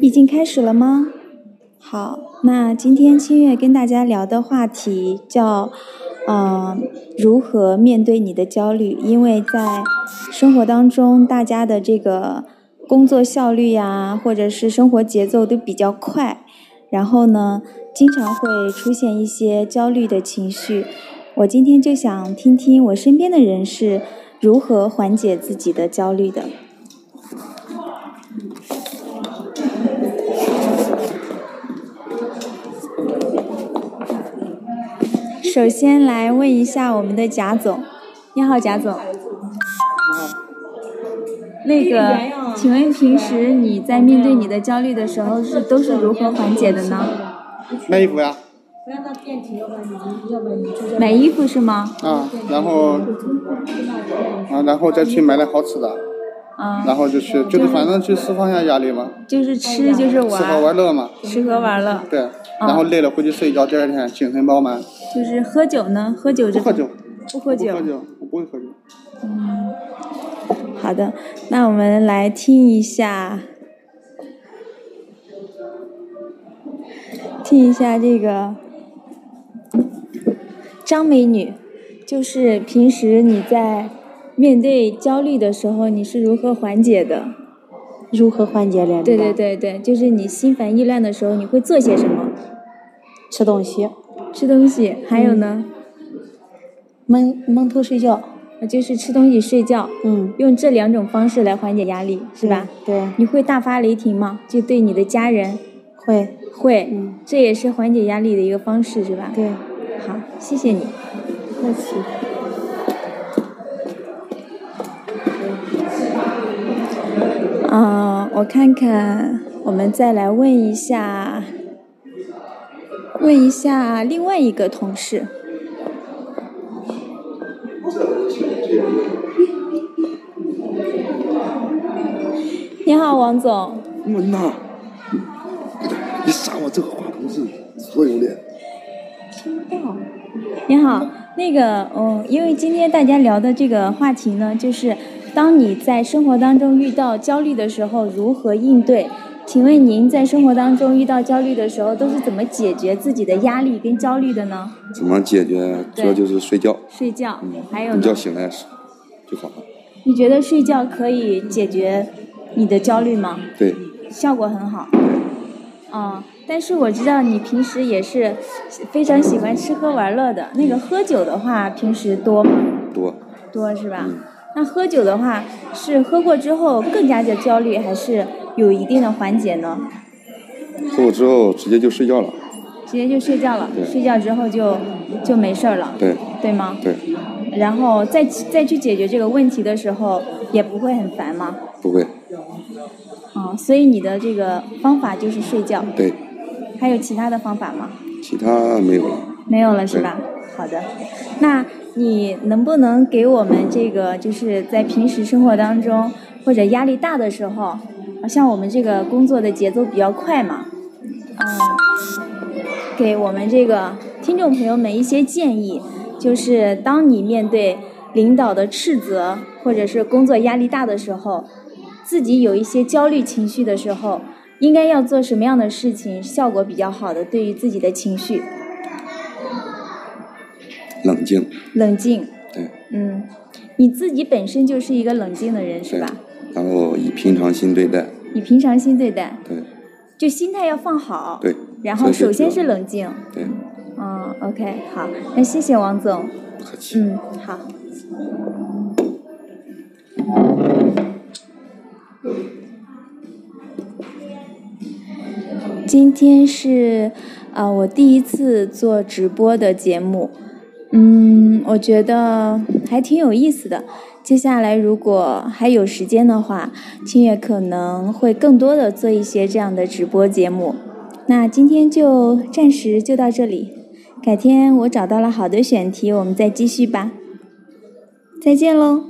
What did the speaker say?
已经开始了吗？好，那今天清月跟大家聊的话题叫，呃，如何面对你的焦虑？因为在生活当中，大家的这个工作效率呀、或者是生活节奏都比较快，然后呢，经常会出现一些焦虑的情绪。我今天就想听听我身边的人是如何缓解自己的焦虑的。首先来问一下我们的贾总，你好，贾总。那个，啊请问平时你在面对你的焦虑的时候是都是如何缓解的呢？卖衣服呀，买衣服是吗？啊，然后，啊，然后再去买点好吃的，嗯，然后就去，就是反正去释放一下压力嘛，就是嗯吃就是吃喝玩玩，乐嘛，吃喝玩乐，对，然后累了回去睡一觉，第二天精神饱满。就是喝酒呢，喝酒不这喝酒，不喝不酒喝。酒，我不会喝酒。好的，那我们来听一下，听一下这个张美女，就是平时你在面对焦虑的时候，你是如何缓解的？如何缓解压力？对对，对对，就是你心烦意乱的时候，你会做些什么？吃东西，吃东西，还嗯有呢，蒙蒙头睡觉，呃就是吃东西、睡觉，嗯，用这两种方式来缓解压力，是吧？对？你会大发雷霆吗？就对你的家人对，会，会，嗯这也是缓解压力的一个方式，是吧？，对，好，谢谢你。客气。嗯、我看看，我们再来问一下，问一下另外一个同 事。你好，王总。文呐，你杀我这个话筒是所有的。你好，那个，嗯，因为今天大家聊的这个话题呢，就是当你在生活当中遇到焦虑的时候，如何应对？请问您在生活当中遇到焦虑的时候，都是怎么解决自己的压力跟焦虑的呢？怎么解决？主要就是睡觉，睡觉，还有一觉呢？醒来就好了。你觉得睡觉可以解决你的焦虑吗？对，效果很好。嗯，但是我知道你平时也是非常喜欢吃喝玩乐的。那个喝酒的话，平时多吗？多多是吧？嗯那喝酒的话，是喝过之后更加的焦虑，还是有一定的缓解呢？喝过之后直接就睡觉了。直接就睡觉了，对睡觉之后就就没事儿了，对对吗？对，然后再再去解决这个问题的时候，也不会很烦吗？不会。啊、所以你的这个方法就是睡觉，对，还有其他的方法吗？其他没有了。没有了是吧？好的，那你能不能给我们这个，就是在平时生活当中或者压力大的时候，啊像我们这个工作的节奏比较快嘛，嗯，给我们这个听众朋友们一些建议，就是当你面对领导的斥责或者是工作压力大的时候，自己有一些焦虑情绪的时候，应该要做什么样的事情，效果比较好的对于自己的情绪？冷静。冷静，对嗯，你自己本身就是一个冷静的人，是对吧？。然后以平常心对待。以平常心对待，对就心态要放好。对。然后这是首先主要是冷静。对，嗯，OK，好，那谢谢王总。不客气。嗯，好。今天是呃我第一次做直播的节目，嗯，我觉得还挺有意思的。接下来如果还有时间的话，清月可能会更多的做一些这样的直播节目。那今天就暂时就到这里，改天我找到了好的选题，我们再继续吧。再见喽。